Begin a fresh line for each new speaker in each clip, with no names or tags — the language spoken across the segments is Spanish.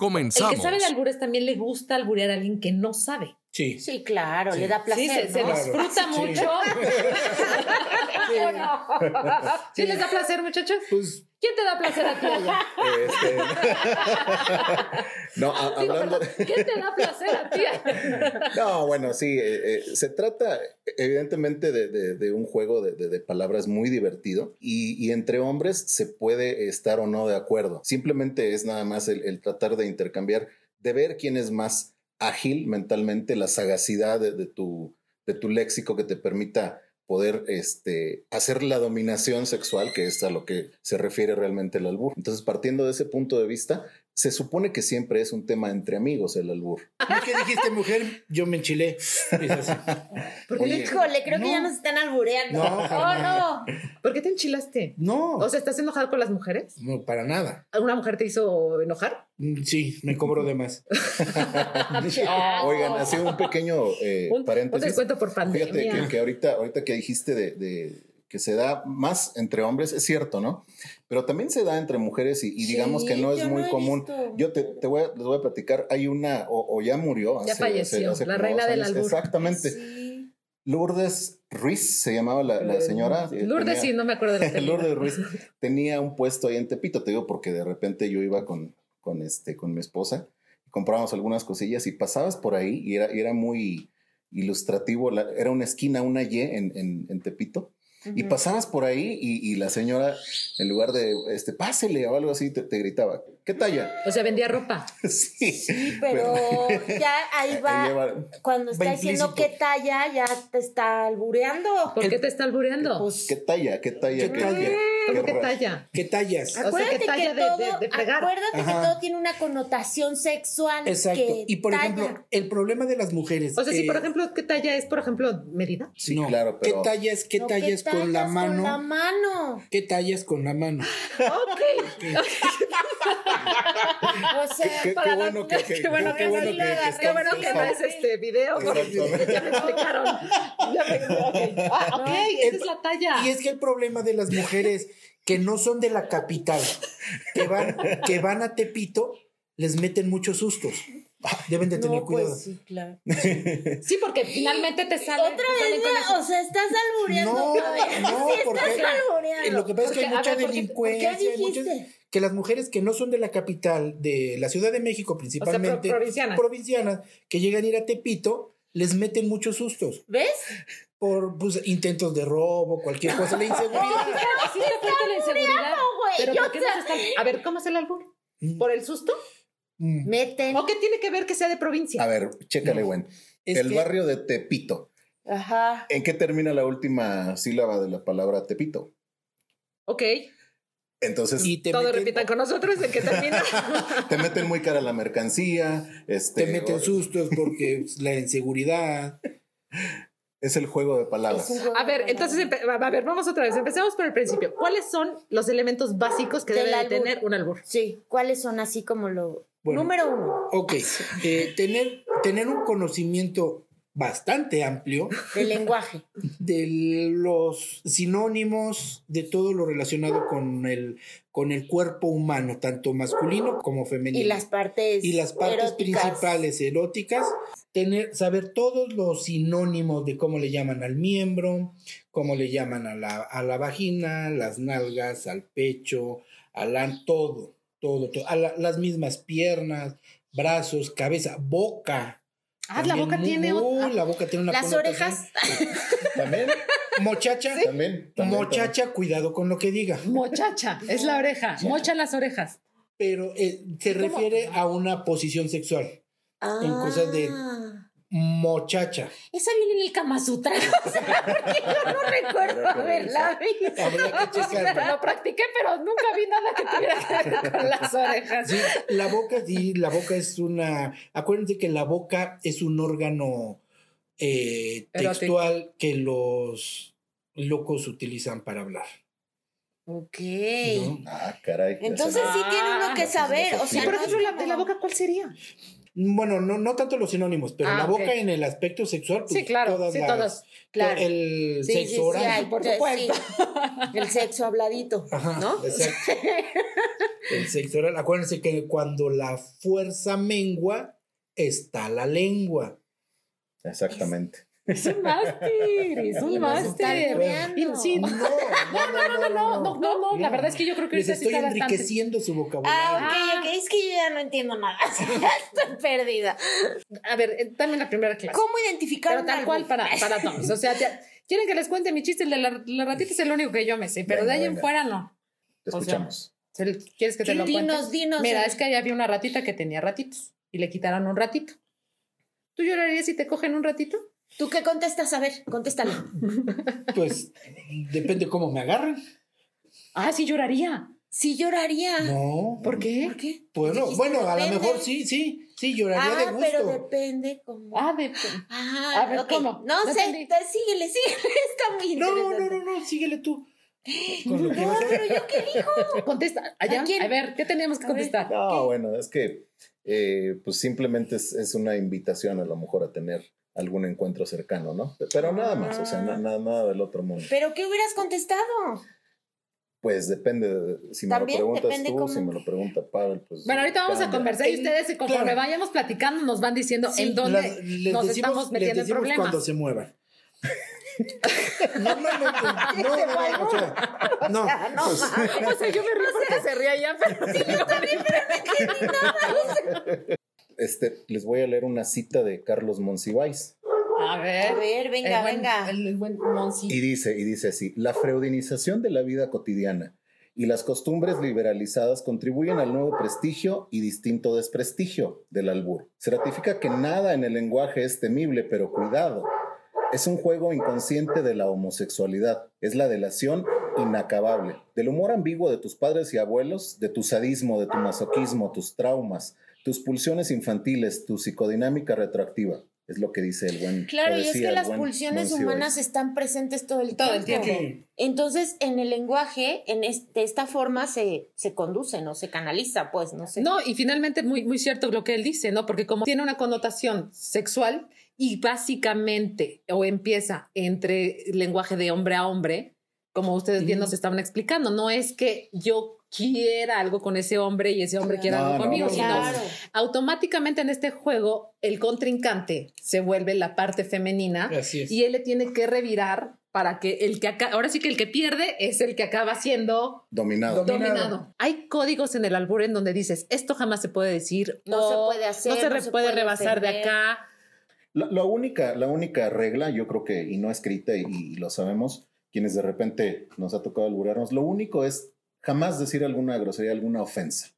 El
Comenzamos.
que sabe de albures también le gusta alburear a alguien que no sabe.
Sí.
Sí, claro,
Sí.
le da
Sí,
placer.
se, se
¿no?
Claro.
disfruta
Sí.
mucho. ¿O no? ¿Sí les da placer, muchachos?
Pues,
¿Quién te da placer a ti? Aya?
Este, no, a-
Digo,
hablando.
perdón, ¿Quién te da placer a ti?
No, bueno, sí, eh, eh, se trata evidentemente de, de- de un juego de, de- de palabras muy divertido y, y entre hombres se puede estar o no de acuerdo. Simplemente es nada más el, el tratar de intercambiar, de ver quién es más ágil mentalmente, la sagacidad de, de tu, de tu léxico que te permita poder este, hacer la dominación sexual, que es a lo que se refiere realmente el albur. Entonces, partiendo de ese punto de vista, se supone que siempre es un tema entre amigos el albur.
¿no es que dijiste mujer? Yo me enchilé. Es así.
¿Por qué,
Oye.
te-
Híjole, creo que ya nos están albureando.
No,
oh, no.
por qué te enchilaste?
No,
O sea, ¿estás enojado con las mujeres?
no, para nada.
¿Alguna mujer te hizo enojar?
Mm, Sí, me cobro de más.
Ah,
Oigan,
no.
ha sido un pequeño eh,
Un, un
paréntesis.
descuento por
Fíjate que,
pandemia.
que ahorita, ahorita que dijiste de, de que se da más entre hombres, es cierto, ¿no? Pero también se da entre mujeres y, y digamos
Sí,
que no es
yo
muy
he
común.
visto.
Yo te, te voy a- les voy a platicar, hay una, o, o ya murió.
Ya falleció, la
como
reina
dos
del
años.
albur.
Exactamente.
Sí.
Lourdes Ruiz se llamaba la, la señora. eh,
Lourdes,
tenía-
sí, no me acuerdo de la película.
Lourdes Ruiz tenía un puesto ahí en Tepito, te digo, porque de repente yo iba con, con, este, con mi esposa, comprábamos algunas cosillas y pasabas por ahí y era, y era muy ilustrativo, la- era una esquina, una Y en, en- en Tepito, y
Ujú.
pasabas por ahí y, y la señora, en lugar de, este, pásele o algo así, te, te gritaba, ¿qué talla?
O sea, vendía ropa.
sí,
Sí, pero ya ahí
ahí
va.
va,
Cuando está
Va
diciendo qué
implícito.
talla, ya te está albureando.
¿Por qué te está albureando?
¿qué talla? ¿Qué talla?
¿Qué
¿Qué,
talla?
qué-
¿Cómo
qué
que
ra-
talla?
¿Qué tallas?
Ah, O sea,
Acuérdate
que talla
que
de- de-
todo,
de fregar.
acuérdate que
Ajá.
todo tiene una connotación sexual.
Exacto.
que
Y por
talla.
ejemplo, el problema de las mujeres.
O sea, sí,
eh,
por ejemplo, ¿qué talla es, por ejemplo, medida?
Sí,
no,
claro, pero...
¿Qué tallas, qué
No, ¿qué
tallas con la
tallas
mano?
Con la mano.
¿Qué tallas con la mano?
O sea,
Qué- qué
para
bueno
la-
que- que-
qué bueno
qué
que
bueno
no
que-
lo
que
agarré.
Qué bueno que no es este video, porque
Exactamente.
ya me explicaron. Ya me ok. Ah, ok, esa es la talla.
Y es que el problema de las mujeres que no son de la capital, que van, que van a Tepito, les meten muchos sustos. Deben de tener
No,
cuidado.
pues sí, claro.
Sí, porque finalmente te sale.
Otra vez, o sea, estás albureando.
No,
otra vez.
no,
Sí,
porque-
estás albureando.
Eh, Lo que pasa
Porque,
es que hay
a
mucha
ver, ¿por qué- por
qué
delincuencia, hay muchas-
dijiste?
que las mujeres que no son de la capital, de la Ciudad de México principalmente,
provincianas.
provincianas, que llegan a ir a Tepito, les meten muchos sustos
¿Ves?
por pues, intentos de robo, cualquier cosa, la inseguridad.
Sí, te falta la inseguridad.
güey,
Pero
yo
¿por qué
te-
nos están- A ver, ¿cómo es el álbum? ¿Por el susto?
Mm,
Meten.
¿O qué tiene que ver que sea de
A
provincia?
ver, chécale,
No.
Gwen.
es
El
que-
barrio de Tepito.
Ajá.
¿En qué termina la última sílaba de la palabra Tepito?
Ok,
Entonces
y te
todo
meten-
repitan con nosotros el que termina.
te meten muy cara la mercancía, este,
te meten sustos porque pues, la inseguridad.
es el juego de
Es
palabras.
un juego
A ver,
de
entonces, empe- a ver, vamos otra vez. Empecemos por el principio. ¿Cuáles son los elementos básicos que
Del
debe de
albur.
tener un albur?
Sí, ¿cuáles son así como lo.
Bueno.
Número uno,
Ok, eh, tener, tener un conocimiento bastante amplio
del lenguaje.
de los sinónimos de todo lo relacionado con el, con el cuerpo humano, tanto masculino como femenino.
y las partes.
Y las partes
eróticas.
principales eróticas, tener, saber todos los sinónimos de cómo le llaman al miembro, cómo le llaman a la, a la vagina, las nalgas, al pecho, al an, todo, todo, todo, a la- las mismas piernas, brazos, cabeza, boca.
Ah, la
También
boca
muy-
tiene
uy,
otra.
la boca tiene una
Las
connotación.
orejas.
También,
Mochacha,
también, también,
Mochacha, cuidado con lo que diga,
Mochacha, es la oreja. Mocha las orejas.
Ah.
pero eh, se refiere a una posición sexual. En cosas de- mochacha.
Esa viene en el Kama Sutra. O sea, porque yo no recuerdo haberla visto.
Habría que
O sea,
checarlo.
pues,
Lo practiqué, pero nunca vi nada que tuviera que ver con las orejas.
Sí, la boca, sí, la boca es una. Acuérdense que la boca es un órgano eh,
Erótico.
textual que los locos utilizan para hablar.
Ok.
¿no?
Ah, caray.
Entonces sí tiene uno que
Ah,
saber. O
sí,
sea,
por
no es
ejemplo,
como-
¿cuál sería?
Bueno, no, no tanto los sinónimos, pero
Ah,
la
ok.
boca en el aspecto sexual, pues,
Sí, claro,
todas
sí,
las-
todos.
Claro.
El
Sí, sí,
sexo
sí,
oral.
hay,
por
sí,
supuesto.
El sexo habladito.
Ajá,
¿no?
exacto. El sexo oral. Acuérdense que cuando la fuerza mengua, está la lengua.
Exactamente.
Es un máster, es
Y
un
nos están
máster.
coreando.
Sí,
No, no,
No, no, no, no, no, la verdad es que yo creo que
Les
ahorita sí
estoy
está bastante.
enriqueciendo su vocabulario.
Ah, ok, ok. Es que yo ya no entiendo nada. Estoy perdida.
A ver, eh, dame la primera clase.
¿Cómo identificar
Pero
un
tal cual
albur?
para, para todos. O sea, te- quieren que les cuente mi chiste. El de la, la ratita es el único que yo me sé, pero
Venga,
de ahí en
venga.
fuera no.
Te
O sea,
escuchamos.
Se- ¿Quieres que te lo cuente?
Dinos, dinos. eh.
Mira, es que ahí había una ratita que tenía ratitos y le quitaron un ratito. ¿Tú llorarías si te cogen un ratito?
¿Tú qué contestas? A ver, contéstale.
Pues depende cómo me agarren.
Ah, sí lloraría.
Sí lloraría.
No,
¿Por qué?
Ah, ¿Por qué?
pues no.
Dijiste,
Bueno, a lo
depende.
mejor sí, sí, sí, lloraría de
Ah,
gusto.
pero depende como.
Ah, de...
Ah,
A ver,
ok.
¿cómo?
No,
No
sé,
entendí.
te- síguele, síguele, está muy
No, no,
interesante.
no, no, no, síguele tú. Con lo que
No,
vas a-
pero yo qué dijo.
contesta. Allá.
¿A
¿A,
quién?
ver, ¿qué tenemos que
A ver.
contestar?
No, bueno, es que eh, pues simplemente es, es una invitación a lo mejor a tener algún encuentro cercano, ¿no? Pero nada más, o
Ah.
sea, na- na- nada del otro mundo.
Pero ¿qué hubieras contestado?
Pues depende, de- si me
También
lo preguntas
depende
tú,
cómo-
si me lo pregunta Pavel, pues...
Bueno, ahorita vamos a
cambia.
conversar y
En-
ustedes, conforme
claro.
vayamos platicando, nos van diciendo
Sí,
en dónde
las- les
nos
decimos,
estamos
les
metiendo en
decimos
problemas.
cuando se muevan. Normalmente, no, no, no, o sea, no, pues,
O sea, yo me río porque se ríe ya, pero
Este, les voy a leer una cita de Carlos Monsiváis.
A
A
ver.
ver, venga,
el buen-
venga.
El, el buen Monsi.
Y dice, y dice así, la freudinización de la vida cotidiana y las costumbres liberalizadas contribuyen al nuevo prestigio y distinto desprestigio del albur. Se ratifica que nada en el lenguaje es temible, pero cuidado. Es un juego inconsciente de la homosexualidad, es la delación inacabable, del humor ambiguo de tus padres y abuelos, de tu sadismo, de tu masoquismo, tus traumas, tus pulsiones infantiles, tu psicodinámica retroactiva. Es lo que dice el buen.
Claro,
lo
y es
decía
que
el
las
buen
pulsiones
Monsiváis.
humanas están presentes todo el
Todo el
tiempo.
tiempo.
Entonces, en el lenguaje, en es- de esta forma se, se conduce, ¿no? Se canaliza, pues, no sé.
No, y finalmente muy, muy cierto lo que él dice, ¿no? Porque como tiene una connotación sexual y básicamente o empieza entre lenguaje de hombre a hombre, como ustedes bien
Mm.
nos estaban explicando, no es que yo quiera algo con ese hombre y ese hombre quiera
No,
algo
no,
conmigo,
no,
sino
claro.
automáticamente en este juego el contrincante se vuelve la parte femenina
así es.
y él le tiene que revirar para que el que acá, ahora sí que el que pierde es el que acaba siendo
Dominado.
dominado.
Dominado.
Hay códigos en el albur en donde dices, esto jamás se puede decir,
No
o
se puede hacer,
no se,
no
re-
se
puede,
puede
rebasar de
ofender".
acá.
La, la única, la única regla, yo creo que, y no escrita, y, y lo sabemos, quienes de repente nos ha tocado alburarnos, lo único es jamás decir alguna grosería, alguna ofensa.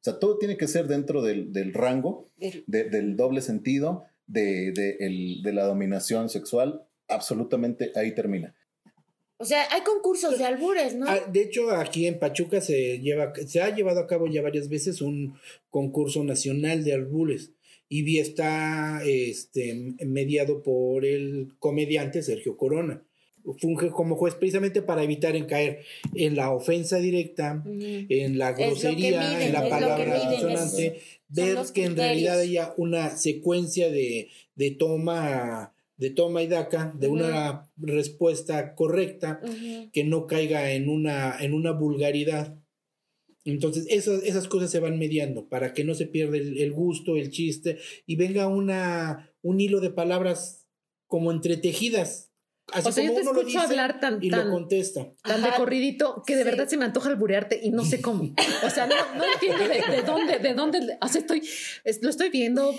O sea, todo tiene que ser dentro del, del rango,
Del-
de- del doble sentido, de, de el- de la dominación sexual. Absolutamente ahí termina.
O sea, hay concursos de albures, ¿no?
Ah, de hecho, aquí en Pachuca se lleva, se ha llevado a cabo ya varias veces un concurso nacional de albures y vi- está este, mediado por el comediante Sergio Corona. Funge como juez precisamente para evitar en caer en la ofensa directa,
Ujú.
en la
que
grosería,
miden,
en
es
la
lo
palabra
que miden,
consonante, ver
los
que en
criterios.
realidad haya una secuencia de, de toma de toma y daca, de una respuesta correcta
Ujú.
que no caiga en una, en una vulgaridad. Entonces, esas, esas cosas se van mediando para que no se pierda el, el gusto, el chiste y venga una, un hilo de palabras como entretejidas. Así
O sea, yo
como
te
uno lo
escucho
dice
hablar tan,
y lo
tan,
contesta.
tan de
Ajá.
corridito que de
Sí.
verdad se me antoja alburearte y no sé cómo. O sea, no, no entiendo de, de dónde, de dónde, o sea, estoy, es- lo estoy viendo,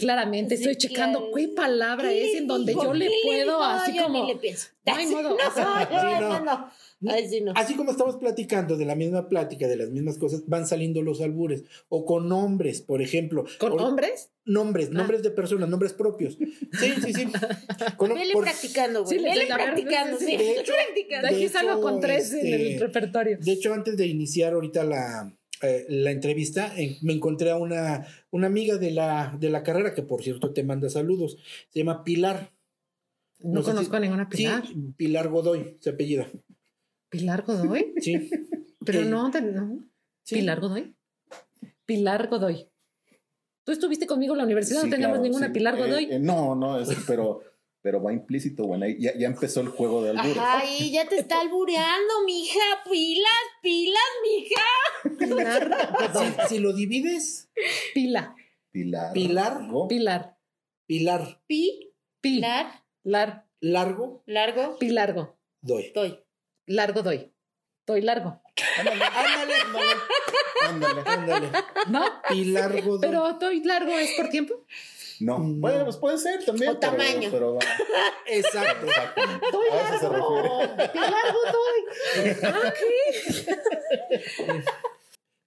claramente estoy
Sí,
checando
claro.
qué palabra
¿Qué
es
le
en donde
digo?
yo le
¿Qué
puedo,
digo?
así
yo
como...
Ni le pienso.
no hay modo.
No,
Sí,
no, no, no.
no.
Así no.
Así como estamos platicando de la misma plática, de las mismas cosas, van saliendo los albures. O con nombres, por ejemplo.
¿Con
O-
hombres?
Nombres,
Ah.
nombres de personas, nombres propios. Sí, sí, sí. Con-
Vele
por-
practicando, güey.
Sí, le-
vele
la verdad,
practicando.
sí,
sí,
sí. De
vele
hecho,
practicando.
De aquí
hecho,
salgo con tres en el
este,
repertorio.
De hecho, antes de iniciar ahorita la, eh, la entrevista, en- me encontré a una, una amiga de la, de la carrera, que por cierto te manda saludos. Se llama Pilar.
No,
no sé
conozco
si-
a ninguna Pilar.
Sí, Pilar Godoy, se apellida.
¿Pilar Godoy?
Sí.
Pero
Sí.
no, te- no.
sí.
¿Pilar Godoy? Pilar Godoy. Tú estuviste conmigo en la universidad,
Sí,
no teníamos
claro,
ninguna
sí.
Pilar
Eh,
Godoy.
eh, no, no, es- pero, pero va implícito, bueno, ahí ya, ya empezó el juego de albures.
Ay, ya te está albureando, mija. Pilas, pilas, mija.
Pilar Godoy.
Si, si lo divides,
Pila.
Pilar.
Pilar.
¿no?
Pilar.
Pilar
Pi,
Pi.
lar,
Lar.
Largo
largo,
Pilargo.
Doy.
doy.
Largo doy. Doy largo.
Ándale, ándale, ándale, ándale.
Ándale.
¿No?
Pilar Godoy.
Pero doy largo es por tiempo.
No,
No.
bueno, pues puede ser también.
O tamaño.
Pero, pero va-
Exacto.
exactamente.
Doy
A eso se
largo.
refiere.
Pilargo doy. Ah, ¿qué?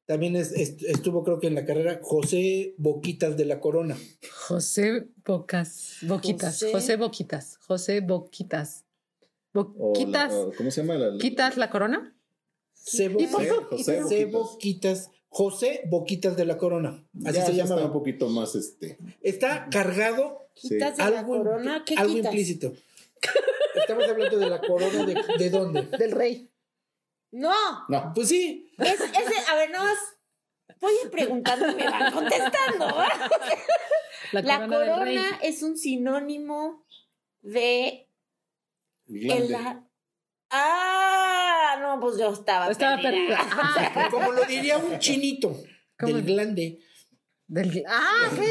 También es- est- estuvo, creo que en la carrera, José Boquitas de la Corona.
José Bocas. Boquitas. José,
José.
Boquitas. José Boquitas.
O la-
Boquitas.
o- ¿Cómo se llama? La, la-
¿Quitas la corona?
Se
¿Y por
José-
qué?
José
José
Boquitas.
Boquitas. José Boquitas de la Corona. Así
Ya,
se
ya está
llama.
un poquito más este.
Está cargado
Sí.
Quitas de la
algo,
corona. ¿Qué
algo
quitas?
implícito. Estamos hablando de la corona de, de dónde.
Del rey.
No.
No,
Pues sí,
Es, es, a ver, no más. Voy a ir preguntando y me van contestando.
La
La
corona, del rey.
corona es un sinónimo de el.
grande.
Ah, no, pues yo estaba.
Estaba perdida. Ah,
como lo diría un chinito
¿Cómo?
del glande.
del- ah, ok.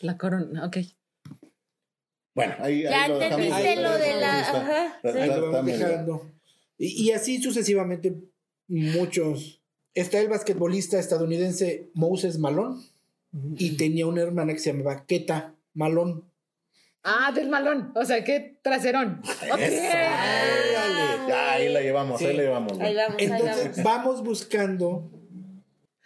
La corona, ok.
Bueno, ahí, ahí
Ya
lo dejamos.
entendiste
Ahí
lo de
dejamos,
la.
ahí está.
Ajá.
Está-
Ahí
está-
lo vamos
está medio-
dejando. Y, y así sucesivamente muchos. Está el basquetbolista estadounidense Moses Malone y tenía una hermana que se llamaba Keta Malone.
Ah, del malón. O sea, qué traserón. Ok.
Órale.
Ya, ahí la llevamos,
Sí.
ahí la llevamos. güey.
Ahí vamos, ahí
Entonces
vamos.
vamos buscando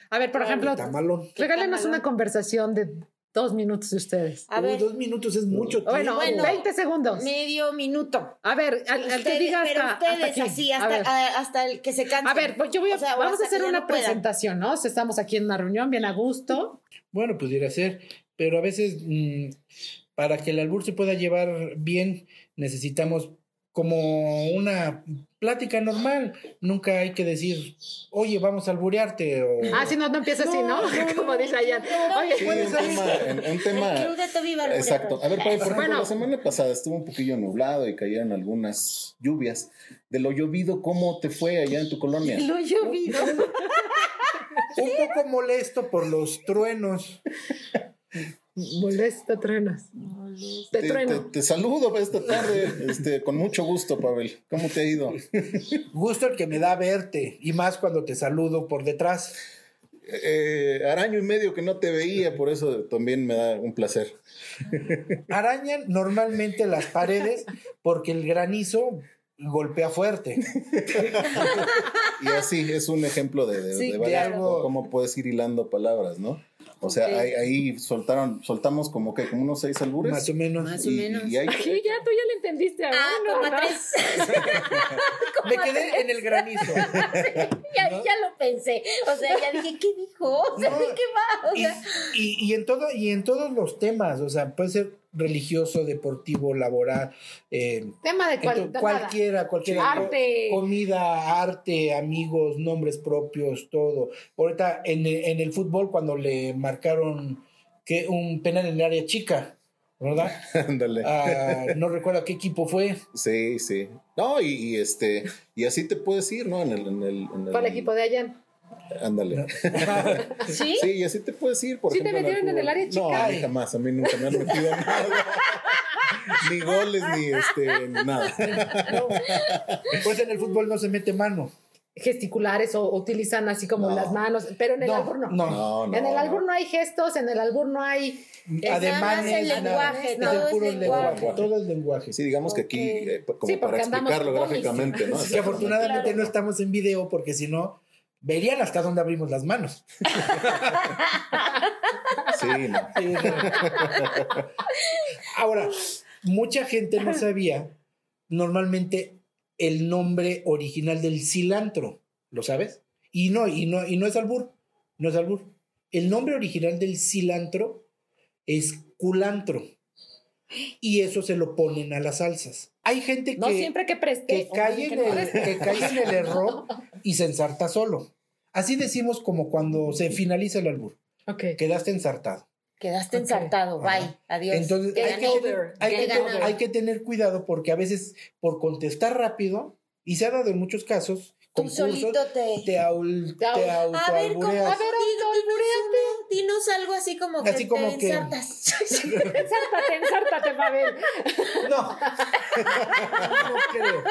A ver, por ejemplo,
Keta Malone.
regálenos una conversación de dos minutos de ustedes.
A
Uy,
ver,
Uh, dos minutos es mucho tiempo.
Bueno,
Bueno.
20 segundos.
medio minuto.
A ver, al, al que
Ustedes-
diga
pero
hasta,
ustedes
hasta aquí.
así,
a
hasta,
ver,
a- hasta el que se cansa.
A ver, pues yo voy a,
O sea, o
vamos
hasta
a hacer
que ya
una
no puedan.
presentación, ¿no? O sea, Estamos aquí en una reunión, bien a gusto.
Bueno, pudiera ser, pero a veces mm, para que el albur se pueda llevar bien necesitamos como una plática normal. Nunca hay que decir, oye, vamos a alburearte o...
Ah, si no, no empieza así, ¿no? Como dice Ayan.
Sí,
Oye,
un tema, en- un tema-
El club de Toby Barbour.
Exacto. A ver, por ejemplo,
Bueno.
la semana pasada estuvo un poquillo nublado y cayeron algunas lluvias. De lo llovido, ¿cómo te fue allá en tu colonia?
lo llovido.
Un poco molesto por los truenos.
Molesta, truenas. Te
te,
trueno.
te saludo esta tarde, este, con mucho gusto, Pavel. ¿Cómo te ha ido?
Gusto el que me da verte y más cuando te saludo por detrás.
Eh, araño y medio que no te veía, por eso también me da un placer.
Arañan normalmente las paredes porque el granizo golpea fuerte.
Y así es un ejemplo de, de-
Sí,
de
de
varias-
algo.
cómo puedes ir hilando palabras, ¿no? O sea,
Ok.
ahí, ahí soltaron, soltamos como que como unos seis albures.
Más o menos.
Pues, Más o
Y-
menos.
y hay-
Aquí ya, tú ya le entendiste a
Ah,
uno,
como
¿no?
tres.
Me quedé en el granizo.
ya,
¿No?
ya lo pensé. O sea, ya dije, ¿qué dijo? O sea,
No.
¿de qué va? O
y,
sea,
y- y en todo y en todos los temas o sea puede ser religioso deportivo laboral eh,
Tema de cual,
ento-
nada.
cualquiera cualquiera
Arte.
Co- comida arte amigos nombres propios todo ahorita en, el- en el fútbol cuando le marcaron que un penal en el área chica verdad
Ándale.
Ah, no recuerdo a qué equipo fue
Sí, sí. No, y, y este, y así te puedes ir, ¿no? En el, en el, en el-
Fue el equipo de Ayan.
Ándale.
¿sí?
Sí, y así te puedes ir, por
¿Sí te
ejemplo, al
metieron en el
fútbol.
área
No,
chica?
a mí jamás, a mí nunca me han metido nada. ni goles, ni este, nada.
pues en el fútbol no se mete mano
gesticulares o utilizan así como
No.
las manos, pero en el albur no.
no.
No, no.
en el albur
no.
no hay gestos, en el albur no hay...
Además,
el
nada.
lenguaje,
es
todo
el
es
puro lenguaje,
lenguaje.
todo es lenguaje.
Sí, digamos que aquí,
Ok.
eh, como
Sí,
para
porque andamos
explicarlo
con cómics.
gráficamente, ¿no?
Sí,
Que afortunadamente
Claro.
no estamos en video porque si no, verían hasta dónde abrimos las manos.
Sí, no.
Ahora, mucha gente no sabía normalmente el nombre original del cilantro, ¿lo sabes? Y no, y no, y no es albur, no es albur. El nombre original del cilantro es culantro. Y eso se lo ponen a las salsas. Hay gente que
No siempre que
que
preste.
cae, en el, que cae en el error y se ensarta solo. Así decimos como cuando se finaliza el albur,
Ok.
quedaste ensartado.
Quedaste ensartado,
Ajá.
bye, adiós.
Entonces
Get
hay que,
over,
tener, hay
get
que tener-
over.
hay que tener cuidado porque a veces por contestar rápido, y se ha dado en muchos casos,
Tú
concursos,
solito te...
te, aul, te
Te au-
A ver, ¿cómo? A ver,
autoalbureas.
dinos, dinos algo así como que
Así como
te
que-
ensartas.
Ensártate, ensártate, Pavel.
No, no creo.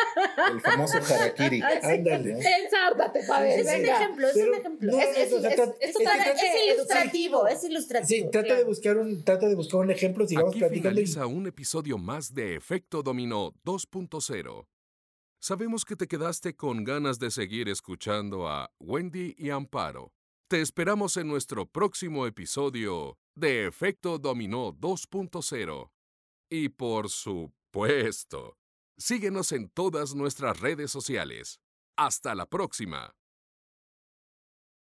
El famoso harakiri.
Ándale.
Ensártate, Pavel.
es un
venga.
ejemplo, es
Pero
un ejemplo.
no,
es,
es- o sea,
es-
tra-
es
es que
para-
trata-
es ilustrativo, es
Sí,
ilustrativo.
trata de buscar un, trata de buscar un ejemplo, sigamos
Aquí
platicando. y-
finaliza un episodio más de Efecto Dominó 2.0. Sabemos que te quedaste con ganas de seguir escuchando a Wendy y Amparo. Te esperamos en nuestro próximo episodio de Efecto Dominó 2.0. Y por supuesto, síguenos en todas nuestras redes sociales. Hasta la próxima.